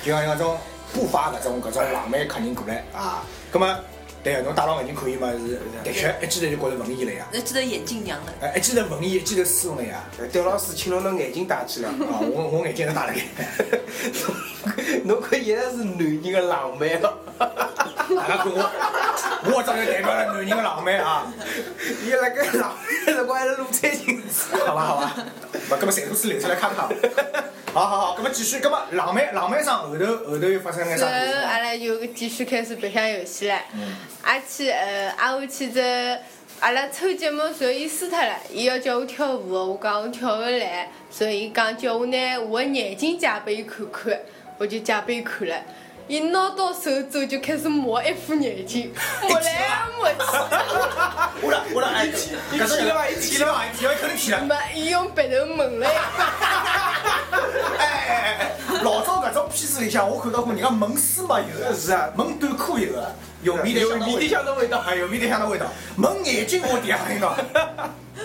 S2: 就像像种不乏搿种搿种浪漫的客人过来啊。葛么，对啊，侬戴牢眼镜看伊嘛是，的确一记头就觉着文艺了呀，
S7: 那记得眼镜娘了。
S2: 哎，一记头文艺，一记头斯文了呀。
S1: 刁老师，请侬拿眼镜戴起来。
S2: 啊，我我眼镜都戴 了该。
S1: 侬搿现在是男人的浪漫哦了，
S2: 大家看我，我真的代表了男人的浪漫啊！
S1: 伊辣盖浪漫的辰光还是露餐巾纸。
S2: 好吧，好吧，勿，搿么全部是流出来看看。好好好，搿么继续，搿么浪漫浪漫上后头后头又发生了眼
S3: 之
S2: 啥
S3: 后
S2: 故事呢？
S3: 阿拉就继续开始白相游戏了。阿去呃，阿下去只阿拉抽节目，随后伊输脱了，伊要叫我跳舞，我讲我跳勿来，所以伊讲叫我拿我的眼睛借拨伊看看，我就借拨伊看了。伊拿到手之后就开始磨一副眼睛，磨来磨去，
S2: 我了我了，哎，起
S1: 一起了吧
S2: 一起了吧，一起了，肯定起了。
S3: 没，伊用鼻头闻了一下，
S2: 哎哎哎哎，老早搿种片子里向，我看到过人家闻丝袜有的，
S1: 是啊
S2: 闻短裤有的，有味的
S1: 有
S2: 香的味
S1: 味的香的味
S2: 道，
S1: 道
S2: 哎，有味的香的味道。闻眼睛我第一下听到，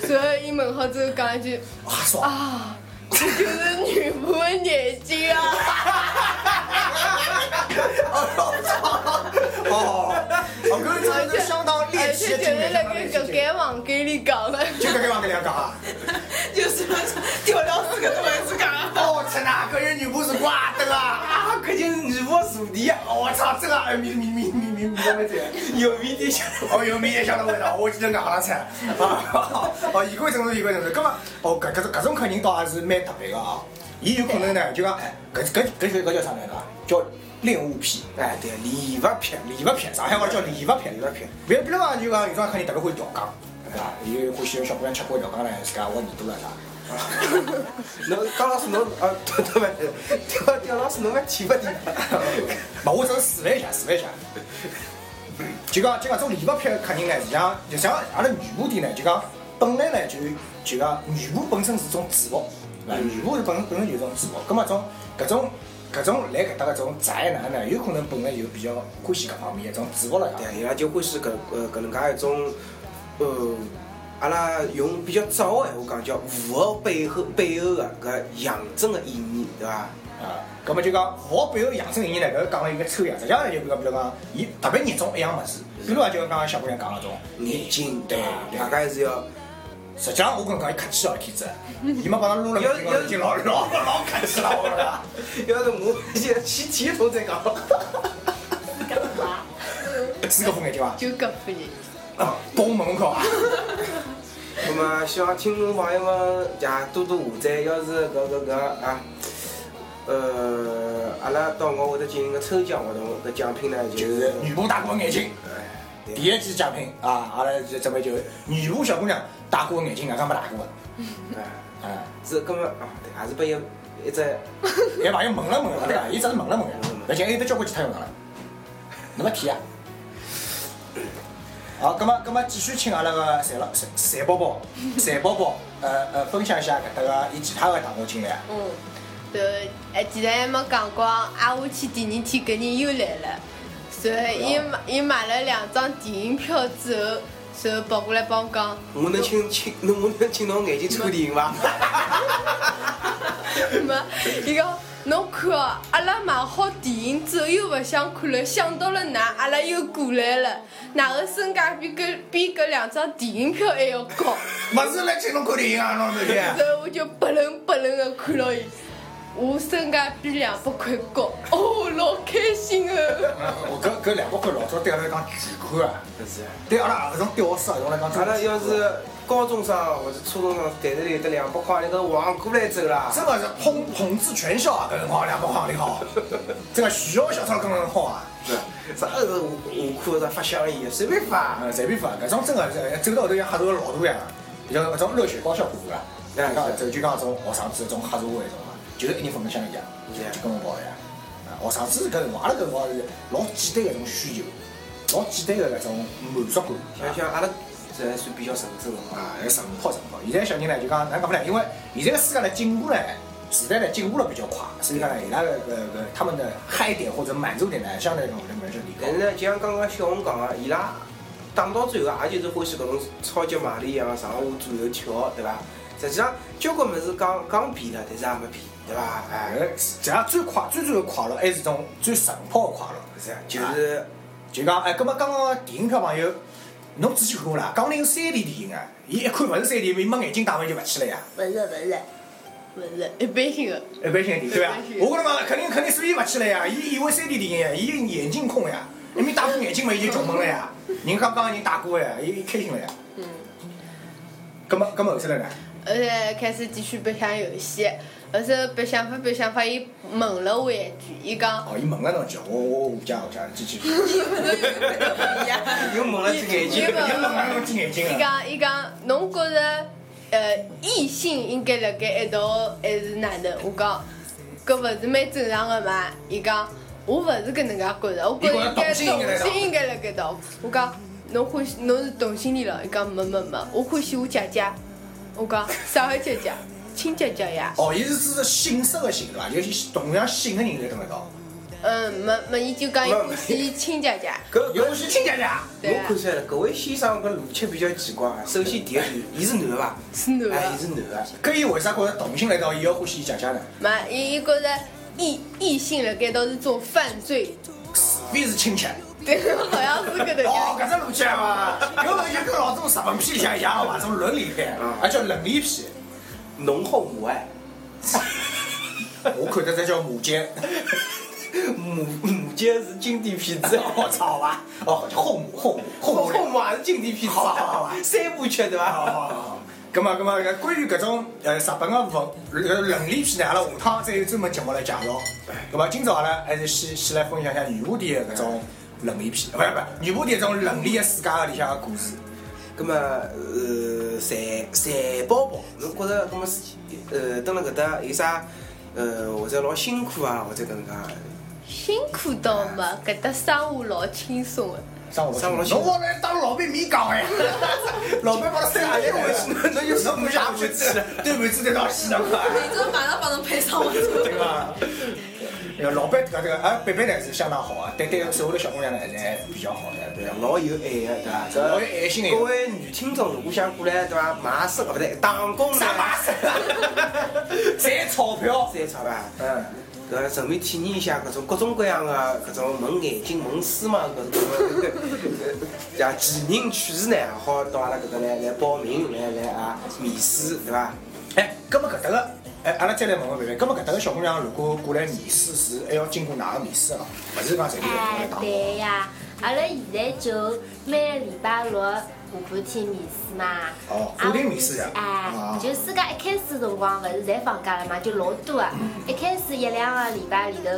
S3: 随后伊闻好之后讲一句
S2: 啊爽！：“
S3: 这就是女仆的眼睛啊！”
S2: 哦，哦，搿真的是相当
S3: 而
S2: 猎奇
S3: 且
S2: 的
S3: 就
S2: 经
S3: 是
S2: 历
S3: 辣盖搿间房间里讲的。
S2: 就搿个往搿两讲啊。
S7: 就是调料是搿种还是讲？
S2: 哦，天哪，搿人女仆是瓜的啦！
S1: 啊，搿就是女仆坐地啊！
S2: 我操，这个哎，米米米米米米没得。
S1: 有味的香。
S2: 哦，有明夜香的味道，我记得搿行菜。啊，哦，一个正宗，一个正宗。葛么，哦，搿搿种搿种客人倒还是蛮特别个啊。伊有可能呢，就讲哎，搿搿搿叫搿叫啥来着？叫恋物癖。
S1: 哎，对，礼物片，
S2: 礼物癖，上海话叫礼物癖，礼物癖。别比如讲，就讲有种客人特别会调羹，对伐？伊欢喜小姑娘吃过调羹唻，自家挖耳朵了啥？
S1: 侬高老师侬啊， 对对勿对？刁刁老师侬勿去勿地方。
S2: 勿，我只是示范一下，示范一下。 就讲就讲种礼物癖的客人呢，实际上就像阿拉女仆店呢，就讲本来呢就就讲女仆本身是种制服，对伐？女仆是本身本身就是种制服，葛末种搿种搿种来搿搭搿种宅男呢，有可能本来就比较欢喜搿方面一种制服了
S1: 对，伊拉就欢喜搿呃搿能介一种，呃，阿拉用比较早个闲话讲叫符合背后背后个搿象征个意义，对伐？
S2: 啊。葛末就讲符合背后养生意义呢，搿个讲了一个抽象，实际上呢就比如讲比如讲，伊特别热衷一样物事，比如讲就像刚刚小姑娘讲那种
S1: 眼睛
S2: 对伐对
S1: 大。概是要
S2: 实际上我跟侬讲，伊客气哦，天子，伊没帮侬撸了
S1: 要
S2: 个已经老老老客气了，我啊跟
S1: 要
S2: 侬讲。
S1: 是我先先提一桶再讲。
S2: 四个副眼睛伐？
S3: 就搿副人，
S2: 啊，东门口啊，
S1: 那么希望听众朋友们也多多下载，要是搿搿搿啊，呃，阿拉到辰光会得进行一个抽奖活动，搿奖品呢就
S2: 就是女仆大过眼睛，
S1: 对
S2: 第一期奖品啊，阿拉就准备就女仆小姑娘大过眼睛，哪噶没大过
S1: 啊，
S2: 啊？
S1: 是搿么啊，对，还是拨一一只
S2: 哎，朋友问了问了，对伐？伊只是问了问了，而且还有得交关其他用场了，侬没提啊？好，葛么葛么啊继续请阿拉个赛老赛赛宝宝，赛宝宝，呃呃，分享一下搿搭个伊其他个打工经历啊。
S8: 嗯，对，哎，既然还没讲光，挨下去第二天，搿人又来了，然后伊买伊买了两张电影票之后，然后跑过来帮我讲，
S1: 我能请请，侬我能请侬眼睛抽电影伐？
S8: 没，伊讲侬看哦，阿拉买好电影之后又勿想看了，想到了㑚，阿拉又过来了，哪个身价比搿比搿两张电影票还要高？
S2: 勿是来请侬看电影啊，侬这
S8: 然后我就不棱不棱的看牢伊，我身价比两百块高，哦，老开心哦！
S2: 我搿搿两百块老早对阿拉来讲巨款啊，
S1: 是啊。
S2: 对阿拉搿种屌丝啊，用来讲，
S1: 阿拉要是高中生或者初中生，袋子里有得两百块，那个往过来走啦。
S2: 真的是捧捧至全校啊，搿辰光两百块里好，这个全校小钞搿辰光啊。
S1: 是，啥是我我裤子发香烟，随便发。
S2: 呃，随便发，搿种真个是走到后头像黑社会老大样，像搿种热血高校部啦，
S1: 哎
S2: 讲
S1: 是
S2: 就就讲种学生子种黑社会那种嘛，就是一人分得像一样，就
S1: 对
S2: 就跟我跑呀。啊，学生子搿辰光，阿拉搿辰光是老简单个一种需求，老简单个搿种满足感。
S1: 想想阿拉这还算比较纯正的嘛。
S2: 啊，要神跑神跑。现在小人呢，就讲哪能讲法呢？因为现在个世界呢进步呢，时代呢进步了比较快，所以讲呢，伊拉个搿搿他们的嗨点或者满足点呢，相对来讲会得蛮就提高
S1: 但。是呢，就像刚刚小红讲的，伊拉打到最后也就是欢喜搿种超级玛丽一样上下左右跳，对伐？实际上交关物事讲讲变了，但是也没变，对伐？哎，
S2: 哎，实际上最快最最的快乐还是种最神泡的快乐，
S1: 是啊，就是
S2: 就讲哎，葛么刚刚电影票朋友，侬仔细看过啦，讲了有三 D 电影啊，伊一看勿是三 D，伊没眼睛戴完就勿去了呀，
S4: 不是不是，
S8: 勿是一般性的，
S2: 一般性的电影对伐
S8: 一般？性
S2: 我跟侬讲，肯定肯定所以勿去了呀，伊以为三 D 电影呀，伊眼睛控呀，一面戴副眼镜嘛，伊就穷闷了呀，人刚刚人戴过呀，伊伊开心了呀。嗯。葛么葛啊么后头来呢？
S8: 后来开始继续白相游戏，后头白相法白相法，伊问了我一句，伊讲，
S2: 哦，伊问了侬一句，我我我讲我讲，继续。
S1: 又蒙了只眼睛
S8: 伊。问
S2: 伊问了
S8: 了
S2: 侬几眼睛
S8: 伊
S2: 啊？
S8: 讲伊讲，侬觉着呃异性应该辣盖一道还是哪能？我讲，搿勿是蛮正常个啊嘛？伊讲，我勿是搿能介觉着，我觉着应该同性应该辣盖一道。我讲，侬欢喜侬是同性恋咯？伊讲没没没，我欢喜我姐姐。我讲 啥个姐姐？亲姐姐呀？
S2: 哦，伊是指姓氏个姓对伐？就是同样姓个人在跟辣道。
S8: 嗯，没没，伊就讲伊欢喜亲姐姐。
S1: 搿搿
S2: 有是亲家家。
S8: 对
S1: 我
S8: 啊
S1: 看出来了，搿位先生搿逻辑比较奇怪啊。首先第一点，伊是男的伐？
S8: 是男的
S1: 哎，伊是男的。
S2: 搿伊为啥觉着同性来道伊要欢喜伊姐姐呢？
S8: 没，伊伊觉着异异性辣盖一道是种犯罪。
S2: 除非是亲戚。
S8: 对，好像是搿能介。
S2: 哦，搿只逻辑嘛，搿勿就跟老种日本片像一样嘛，种伦理片，
S1: 啊
S2: 还叫伦 理片。
S1: 浓厚母爱，
S2: 我看得这叫母 奸，
S1: 母母鸡是经典片 子，
S2: 我操吧！哦，叫后母后母后
S1: 后
S2: 母
S1: 后母也是经典片子
S2: 好好好
S1: 啊，三部曲对伐？
S2: 哦，咁么咁么，搿关于搿种呃日本个文呃伦理片呢，阿拉下趟再有专门节目来介绍。
S1: 哎
S2: 咁么今朝阿拉还是先先来分享一下女仆店的搿种伦理片，勿勿，女仆店这种伦理个世界个里向个故事。
S1: 咁么呃，财财宝宝，侬觉着咁么是呃，蹲辣搿搭有啥呃，或者老辛苦啊，或者搿能介，
S8: 辛苦倒没，搿搭生活老轻松的。
S2: 生活
S1: 生活
S2: 侬往来当老板面讲哎，老板帮侬三爷 回去，侬侬就侬不下不去，对不起，对到死了嘛，
S5: 每周马上帮侬配上我车。
S2: 对吧？呃，老板搿个啊，贝贝呢是相当好啊，对对，手下头小姑娘呢还比较好的，对吧？
S1: 老有爱个对伐？搿
S2: 老有爱心的
S1: 啊各位女听众，如果想过来对伐，买身勿对，打工啊呢
S2: 啥嘛事？赚钞票，
S1: 三钞吧。
S2: 嗯，
S1: 搿顺啊便体验一下搿种各种各啊样的搿种蒙眼睛、蒙丝嘛搿 种，呀，奇人趣事呢，好到阿拉搿搭来来报名来来啊面试对伐？
S2: 哎，葛么搿搭个，哎，阿拉再来问问贝贝，葛么搿搭个小姑娘如果过来面试是还要经过哪个面试啊？勿是讲随便来
S3: 哎
S2: 打工。
S3: 对呀，阿拉现在就每个礼拜六爬半天面试嘛。
S2: 哦
S3: 啊
S2: 固定面试呀
S3: 哎
S2: 啊，
S3: 就自家一开始辰光勿是侪放假了嘛，就老多个。一开始一两个礼拜里头，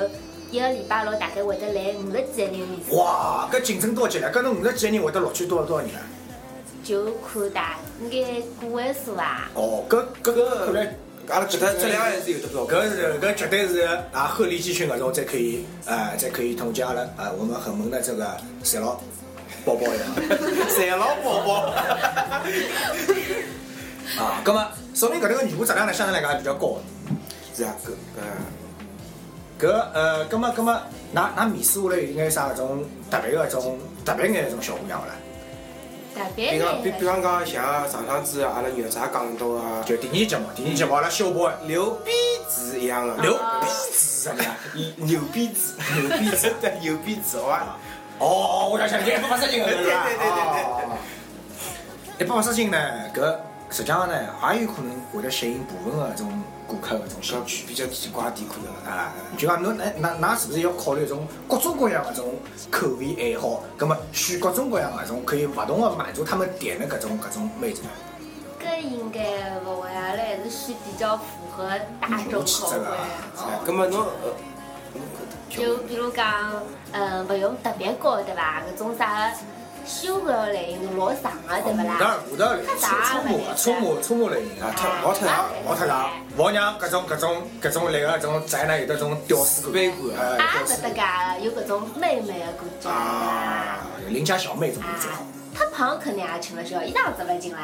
S3: 一个礼拜六大概会得来五十几个人面试，
S2: 哇，搿竞争多激烈，搿侬五十几个人会得录取多少多少人啊？
S3: 就看大应该个位数伐。
S2: 哦，搿搿搿看来，阿拉
S1: 搿
S2: 搿
S1: 搭质量还是有得标准。
S2: 搿是搿绝对是啊，鹤立鸡群搿种才可以，啊，才可以统计阿拉啊，我们很萌的这个三老宝宝呀，三老宝宝。啊，葛么说明搿头个女巫质量呢，相对来讲还比较高。是啊，搿搿呃，葛么葛么，㑚㑚面试下来有眼啥搿种特别个搿种特别眼搿种效果样勿啦？
S3: 特
S1: 搿比
S2: 哎
S3: 别
S1: 哎
S3: 难
S1: 方比比方讲，像上趟子啊阿拉肉茶讲到啊，
S2: 就第二节目，第二节目阿拉小波
S1: 牛逼子一样的，啊
S2: 牛逼子什么呀？
S1: 牛逼子， 牛逼子，对，牛逼子啊哇！
S2: 哦，我想想，你一百八十斤了，是吧？
S1: 对对对对对
S2: 哦。一百八十斤呢，搿实际上呢，也有可能会得吸引部分的这种顾客的这种
S1: 搿
S2: 兴趣
S1: 比较奇怪点可能啊。。
S2: 啊就讲侬，那哎那那是不是要考虑一种各种各样的这种口味爱好？葛么选各种各样的这种可以勿同的满足他们点的搿种搿种妹子呢？
S3: 搿应该勿会，阿拉还是选比较符合大众口
S2: 这个
S3: 味。
S1: 啊
S2: 啊，
S1: 葛末侬呃，
S3: 就比如讲，嗯，勿用特别高对伐？搿种啥个修个类型老长个对勿
S2: 牡
S3: 啦
S2: 丹？牡丹类，葱
S3: 啥
S2: 麻葱麻葱麻类型啊，太老太长，老太长，勿让搿种搿种搿种来个搿种宅男有得种屌丝
S1: 悲
S2: 感，
S1: 观啊
S2: 呃，
S3: 也
S2: 屌
S3: 勿
S2: 丝
S3: 搭界，有搿种妹妹个感
S2: 啊
S3: 觉啊。，
S2: 邻家小妹怎么最
S3: 啊
S2: 好？，
S3: 太胖肯定也吃勿消，一趟吃勿进来。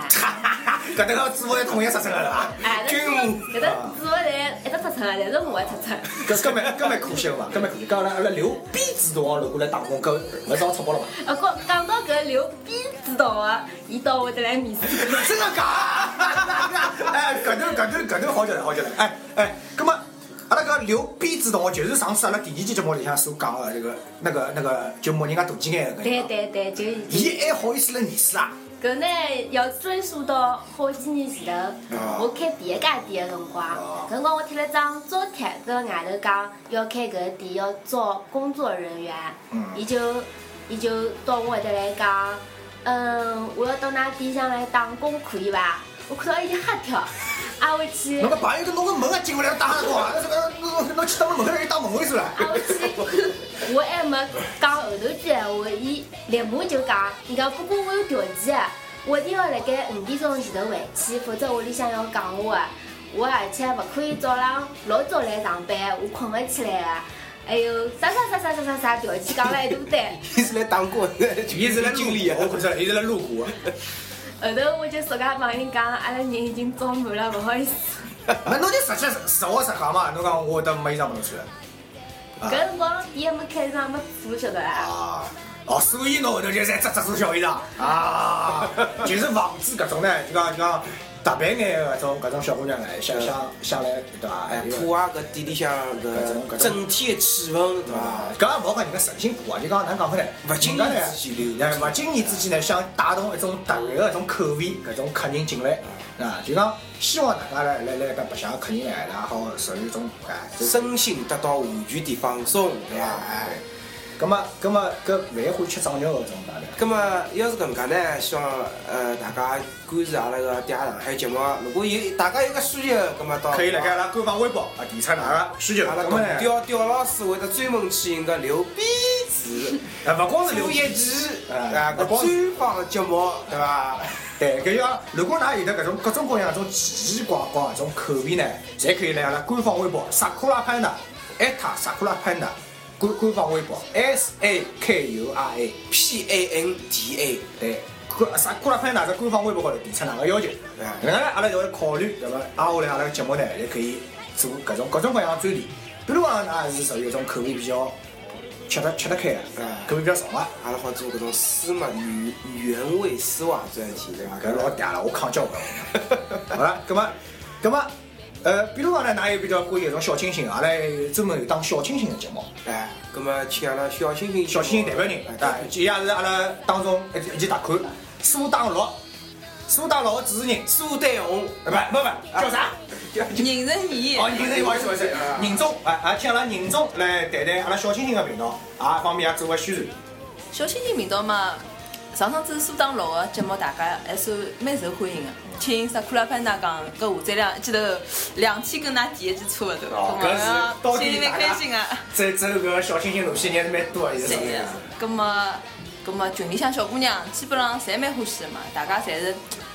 S2: 搿搭个主播要统一实施了是伐？
S3: 哎，
S2: 军
S3: 搿
S2: 武
S3: 搿搭主要侪一直出出，侪是我个出出。
S2: 搿搿蛮搿蛮可惜个嘛，搿蛮可惜。讲阿拉阿拉刘逼子同行如果来打工，搿勿是老出包了嘛？
S3: 啊，讲讲到搿刘斌指导个，伊到我这来面试。
S2: 真个假？哎，搿头搿头搿头好起来好起来。哎哎，葛末阿拉搿刘逼子同学就是上次阿拉第二期节目里向所讲个这个那个那个就摸人家大鸡眼个搿
S3: 对
S2: 人。
S3: 对对，就已经。
S2: 伊还好意思来面试啊？
S3: 搿呢要追溯到好几年前头，我开第一家店的辰光，搿辰光我贴了张招贴，搿外头讲要开搿个店要招工作人员，伊就伊就到我搿搭来讲，嗯，我要到㑚店向来打工可以伐？我看到伊就吓跳，挨回去。
S2: 侬个朋友跟侬个门啊进勿来打工啊？那这个侬侬去当门口去打门卫是伐？
S3: 啊，我去，我还没讲后头句闲话，伊立马就讲，伊讲不过我有条件的，我一定要辣盖五点钟前头回去，否则屋里向要讲我的，我而且勿可以早浪老早来上班，我困勿起来的。还有啥啥啥啥啥啥啥条件讲了一大堆，
S1: 伊是来打工的，伊
S2: 伊是
S1: 是
S2: 来
S1: 来
S2: 经
S1: 经
S2: 理
S1: 理
S2: 啊，
S1: 啊
S2: 我。看出来，伊是来路过啊。
S3: 后头我就自家帮伊讲，阿拉人已经招满了，勿好意思。
S2: 那侬就直接实话实讲嘛，侬讲我得没衣裳拨侬穿了
S3: 搿辰光店还没开张，没做晓得伐？
S2: 啊。哦，所以侬后头就在扎扎做小衣裳啊， 就是防止搿种呢，就讲就讲特别眼搿种搿种小姑娘呢，想想想来对伐？
S1: 哎，
S2: 因为
S1: 破坏搿店里向呃搿整体的气氛，对伐？
S2: 啊，搿也勿好讲人家诚心过啊，就讲难讲法呢，
S1: 勿经意
S2: 人家呢
S1: 之间流
S2: 哎，勿经意之间呢，想带动一种特别的一种口味，搿种客人进来啊，就讲希望大家来来来搿白相客人呢，然后属于一种哎，就是
S1: 身心得到完全的放松，对伐？
S2: 啊
S1: 哎。
S2: 葛么葛么啊搿万一欢吃壮牛的搿种哪能？
S1: 咁么，要是搿能介呢，希望呃大家关注阿拉个《嗲上海》节目。啊如果有大家有搿需求，咁么到
S2: 可以辣盖阿拉官方微博啊提出㑚个需求，
S1: 阿拉
S2: 葛么
S1: 个
S2: 呢？
S1: 刁刁老师会得专门去应个刘逼子，
S2: 啊，勿光是刘
S1: 做
S2: 一
S1: 一期
S2: 哎
S1: 啊
S2: 勿
S1: 搿
S2: 光
S1: 专访节目，对伐？
S2: 对，搿就讲，如果㑚有得搿种各种各样搿种奇奇怪怪搿种口味呢，侪可以来阿拉官方微博萨库拉潘达，艾特萨库拉潘达，官官方微博 S A K U R A，
S1: P A N D A，
S2: 对，官萨库拉潘达在官方微博高头提出㑚个要求，
S1: 哎
S2: 另外呢，阿拉就会考虑，那么挨下来阿拉个节目呢，也可以做搿种各种各样的专题，比如讲㑚是属于一种口味比较吃得吃得开的
S1: 哎，
S2: 口味比较重的。啊
S1: 阿拉好做搿种丝袜原原味丝袜专题，对伐
S2: 啊，？搿老嗲了，我抗交关。好了，葛么，葛么，呃，比如讲呢，㑚有比较关于一种小清新，阿拉有专门有当小清新的节目，
S1: 哎，咁么请阿拉小清新
S2: 小清新代表人，
S1: 哎
S2: 对伐？伊也是阿拉当中一一级大款，苏打绿，苏打绿的主持人，
S1: 苏丹红，
S2: 呃不不不，叫啥？
S7: 认真伊
S2: 哦，宁总，不好意思，不好意思，宁总，啊啊，请阿拉宁总来谈谈阿拉小清新的频道，啊，方面也做个宣传。
S7: 小清新频道嘛，
S9: 上上周苏打绿个节目，大家还算蛮受欢迎的。听萨库拉潘娜讲，搿下载量一记头两千跟㑚第一季差勿多，
S2: 哦
S9: 搿
S2: 搿是到
S9: 么心里
S2: 底
S9: 蛮
S2: 大家
S9: 开心啊。
S2: 走走搿小清新路线，人还是蛮多的，现在
S9: 对呀，葛么，葛么群里向小姑娘基本上侪蛮欢喜的嘛，大家侪是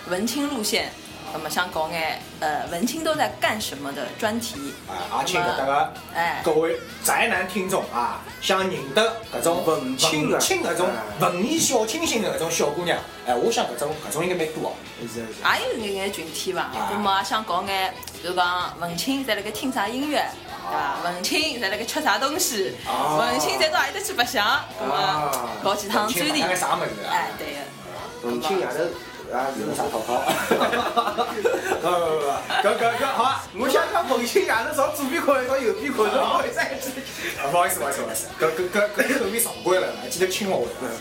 S9: 文青路线，葛么想搞眼呃文青都在干什么的专题。
S2: 啊，也请搿搭个
S9: 哎
S2: 各位宅男听众啊，想认得搿种文哎青
S1: 文
S2: 青搿种文艺小清新的搿种小姑娘，哎，我想搿种搿种应该蛮多哦。
S1: 是是。
S9: 也哎有眼眼群体伐
S2: 啊，
S9: 葛么也想搞眼，比如讲文青在辣盖听啥音乐，对伐？文青在辣盖吃啥东西，
S1: 啊
S9: 文青侪到何里搭去白相，葛么搞几趟专题
S2: 大，概啥物事啊
S9: 哎？，对个。
S1: 文青夜头啊，
S2: 有
S1: 是
S2: 啥
S1: 啥？
S2: 泡泡？不不不，搿搿搿好啊！
S1: 我想想，文青夜头朝左边看，朝右边看，
S2: 啊
S1: 我再去。
S2: 啊，不好意思，不好意思，不好意思，搿搿搿搿口味上惯了，还记得亲我回来。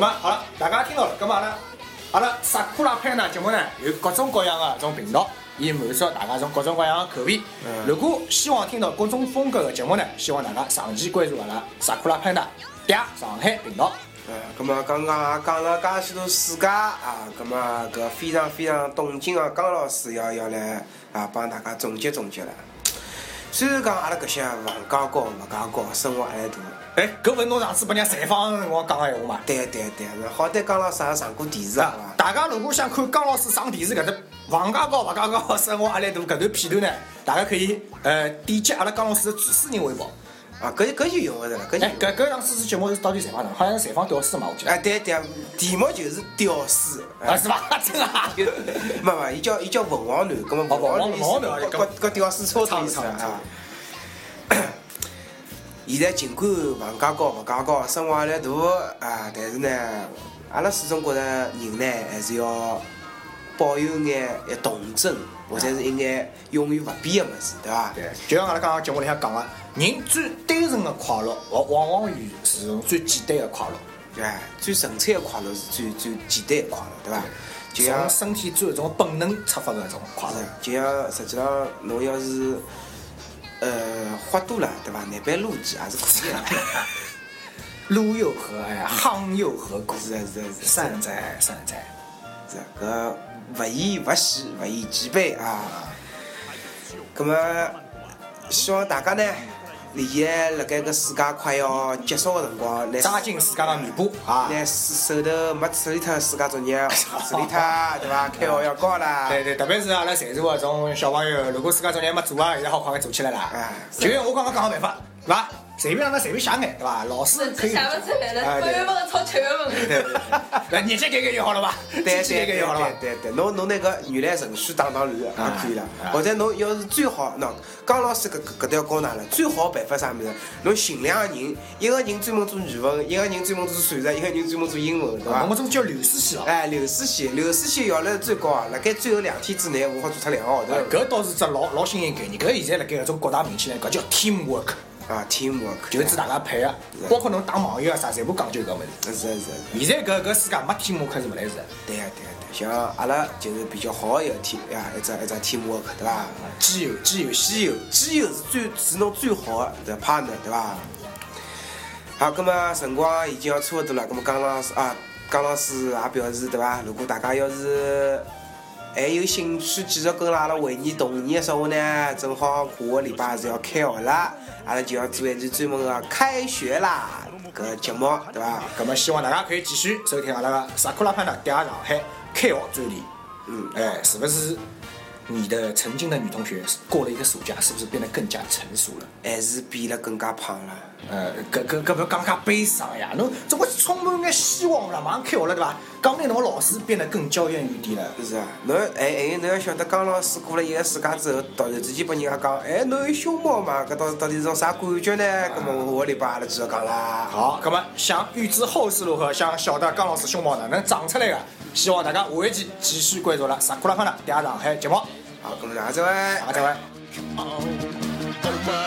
S2: 咁啊，好了，大家听到了，咁啊阿拉阿拉萨库拉派呢节目呢有各种各样的这种频道，以满足大家种各种各样的口味。如果希望听到各种风格的节目呢，希望大家长期关注阿拉萨库拉派呢嗲上海频道。
S1: 呃，咁么刚刚也讲了介许多世界啊，咁么搿非常非常动静啊，江老师要要来啊帮大家总结总结了。虽然讲阿拉搿些房价高、物价高，生活压力大，
S2: 哎，搿勿是侬上次拨人家采访的辰光讲个闲话嘛？
S1: 对对对，好歹江老师也上过电视
S2: 啊
S1: 好伐？
S2: 大家如果想看江老师上电视搿只房价高、物价高、生活压力大搿段片段呢，大家可以呃点击阿拉江老师的私人微博。
S1: 啊，搿搿就用勿着了，搿就
S2: 哎
S1: 用，
S2: 搿搿档次是节目是到底采访哪？好像是采访屌丝嘛，我记得。
S1: 啊对对，题目就是屌丝，哎
S2: 啊，是伐？真的啊。
S1: 没没，伊叫伊叫凤凰男，咁啊么
S2: 哦
S1: 凤凰
S2: 凤凰
S1: 男
S2: 男凤凰男
S1: 搿搿屌丝差勿多意思
S2: 差勿多差勿
S1: 啊。现在尽管房价高、物价高、生活压力大啊，但是呢，阿拉始终觉着人呢还是要保有眼一童真，或者是一眼永远勿变的物事，对伐？
S2: 对，就像阿拉刚刚节目里向讲个，人最单纯的快乐，往往往于是种最简单的快乐，
S1: 对伐？哎最纯粹的快乐是最最简单的快乐，对伐？啊就像
S2: 从身体最有种本能出发的一种快乐。
S1: 就像实际上侬要是呃花多了，对伐？难办路基也是可以的。
S2: 路又何哎，行又何苦？
S1: 是啊是啊是啊
S2: 善哉善哉。
S1: 是啊搿勿以勿喜，勿以己悲啊。葛末希望大家呢，现在辣盖搿暑假快要结束个辰光，拿
S2: 扎进自家的尾巴啊！
S1: 拿手头没处理脱的暑假作业 处理脱，对伐？开学要交啦。
S2: 对对，特别是阿啊拉侪是搿种小朋友，如果自家作业没做啊，现在好快做起来啦啊
S1: 哎。
S2: 就像我刚刚讲个办法，对伐？随便让他随便写眼，对伐？老师可以。
S9: 写勿出来
S2: 哎
S9: 了，八
S2: 对
S9: 月份超七月份。
S1: 对对
S2: 来，日节改改就好了吧？
S1: 对对对
S2: 日节改改就好了吧？
S1: 对对，侬侬那个原来程序打打乱也可以了
S2: 啊，
S1: 或者侬要是最好，喏，江老师搿搿搿搭要教㑚了，最好办法啥物事？侬寻两个人，一个人专门做语文，一个人专门做数学，一个人专门做英文，对
S2: 侬
S1: 伐
S2: 搿？种叫流水线哦。
S1: 哎，流水线，流水线效率最高啊！辣盖最后两天之内，我好做脱两个号头
S2: 哎搿倒是只老老新颖概念，搿现在辣盖搿种各大名气呢，搿叫 teamwork，
S1: 啊，teamwork，
S2: 就是指大家配啊合，包括侬打网游啊啥，全部讲究搿物事。
S1: 是啊是啊。
S2: 现在搿搿世界没 teamwork 是勿来事的，啊
S1: 对呀对呀对，像阿拉就是比较好的一个 team 呀，一只一只 teamwork 对
S2: 啊
S1: 伐？
S2: 基友基友
S1: 基友，基友是最是侬最好的 partner 对伐？好，葛么辰光已经要差勿多了，葛么江老师啊，江老师也表示对伐？如果大家要是还有兴趣继续跟阿拉回忆童年的说话呢，正好下个礼拜是要开学啦，阿拉就要做一期专门的开学啦搿节目对伐？
S2: 咁么希望大家可以继续收听阿拉个《萨库拉潘达嗲上海》开学专题。嗯，哎，是不是你的曾经的女同学过了一个暑假，是不是变得更加成熟了？
S1: 还是变得更加胖了。
S2: 呃，搿搿搿勿要讲介悲伤呀，侬总归是充满眼希望了，马上开学了对伐？讲不定侬个老师变得更娇艳欲滴了。
S1: 是啊，侬哎哎，侬要晓得，江老师过了一个暑假之后，突然之间拨人家讲，哎，侬有熊猫嘛？搿到到底是种啥感觉呢？搿么我下个礼拜阿拉继续讲啦。
S2: 好，咁么想预知后事如何，想晓得江老师胸毛哪能长出来的，希望大家下一期继续关注了《萨库拉潘达嗲上海》节目。
S1: 好，搿么大家再会。
S2: 大家再会。
S7: the world.